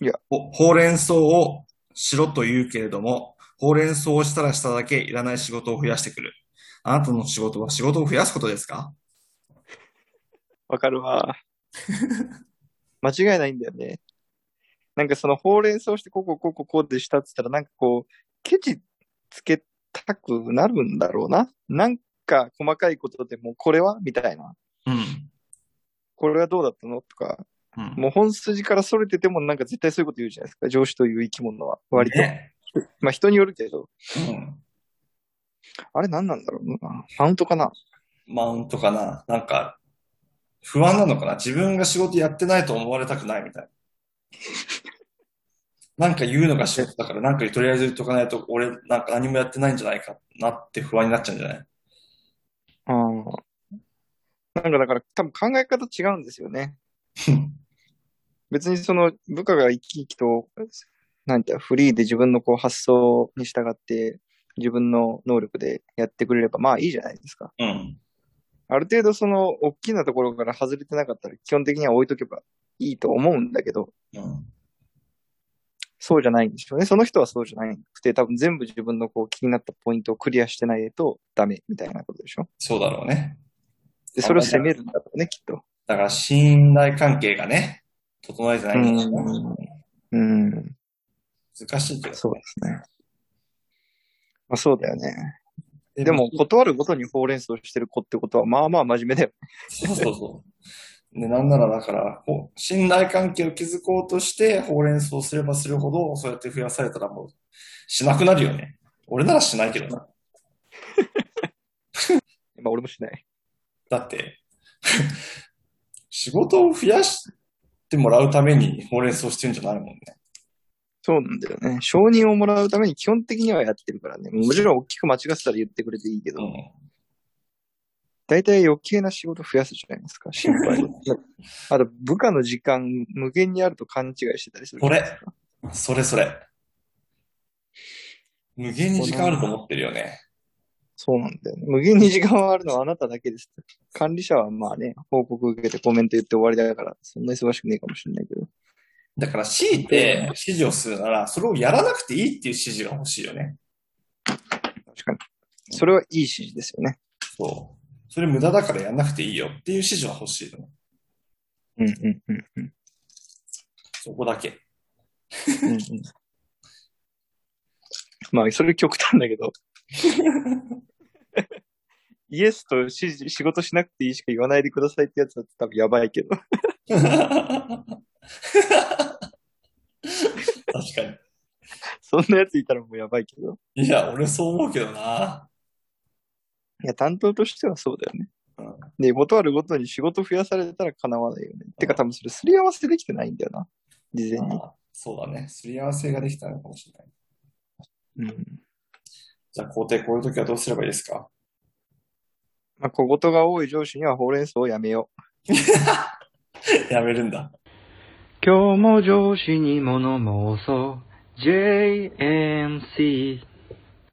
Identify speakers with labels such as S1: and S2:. S1: いや
S2: ほほうれん草をしろと言うけれども、ほうれん草をしたらしただけいらない仕事を増やしてくる。あなたの仕事は仕事を増やすことですか
S1: わかるわ。間違いないんだよね。なんかそのほうれん草してこうこうこうこうこうでしたって言ったらなんかこう、ケチつけたくなるんだろうな。なんか細かいことでもこれはみたいな。
S2: うん。
S1: これはどうだったのとか、
S2: うん、
S1: もう本筋から逸れててもなんか絶対そういうこと言うじゃないですか。上司という生き物は。割と。
S2: ね
S1: まあ人によるけど、
S2: うん
S1: あれ何なんだろうな。マウントかな。
S2: マウントかななんか、不安なのかな自分が仕事やってないと思われたくないみたいな。なんか言うのが仕事だから、なんかとりあえず言っとかないと、俺なんか何もやってないんじゃないかなって不安になっちゃうんじゃない
S1: ああ。なんかだから多分考え方違うんですよね。別にその部下が生き生きと、なんていうのフリーで自分のこう発想に従って、自分の能力でやってくれればまあいいじゃないですか。
S2: うん。
S1: ある程度その大きなところから外れてなかったら基本的には置いとけばいいと思うんだけど、
S2: うん。
S1: そうじゃないんでしょうね。その人はそうじゃないくて、多分全部自分のこう気になったポイントをクリアしてないとダメみたいなことでしょ。
S2: そうだろうね。
S1: で、それを責めるんだろうね、きっと。
S2: だから信頼関係がね、整えてないんだよね
S1: うん。うん。
S2: 難しいけど。
S1: そうですね。まあそうだよね。
S2: で
S1: でも、、断るごとにほうれん草してる子ってことは、まあまあ真面目だよ。
S2: そうそうそう。で、なんならだから、こう信頼関係を築こうとして、ほうれん草をすればするほど、そうやって増やされたらもう、しなくなるよね。俺ならしないけどな。
S1: まあ俺もしない。
S2: だって、仕事を増やしてもらうためにほうれん草してるんじゃないもんね。
S1: そうなんだよね。承認をもらうために基本的にはやってるからね。もちろん大きく間違ってたら言ってくれていいけ
S2: う
S1: ど、
S2: ん。
S1: 大体余計な仕事増やすじゃないですか、 心配であと、部下の時間無限にあると勘違いしてたりする。
S2: これ、それそれ。無限に時間あると思ってるよね。
S1: そうなんだよね。無限に時間はあるのはあなただけです。管理者はまあね、報告受けてコメント言って終わりだから、そんな忙しくねえかもしれないけど。
S2: だから強いて指示をするなら、それをやらなくていいっていう指示が欲しいよね。
S1: 確かに。それはいい指示ですよね。
S2: そう。それ無駄だからやんなくていいよっていう指示は欲しいの。
S1: うんうんうんうん。
S2: そこだ け。
S1: うんうんまあ、それ極端だけど。イエスと指示、仕事しなくていいしか言わないでくださいってやつだと多分やばいけど。
S2: 確か
S1: そんなやついたらもうやばいけど。
S2: に。いや、俺そう思うけどな。
S1: いや、担当としてはそうだよね
S2: うん。
S1: で、元あるごとに仕事増やされたら叶わないよね。てか多分それすり合わせできてないんだよな。事前に。
S2: あそうだね。すり合わせができたのかもしれない。
S1: うん。
S2: じゃあ、皇帝こういう時はどうすればいいですか
S1: まあ、小言が多い上司にはほうれん草をやめよう。
S2: やめるんだ。
S3: 今日も上司に物申そう。JMC。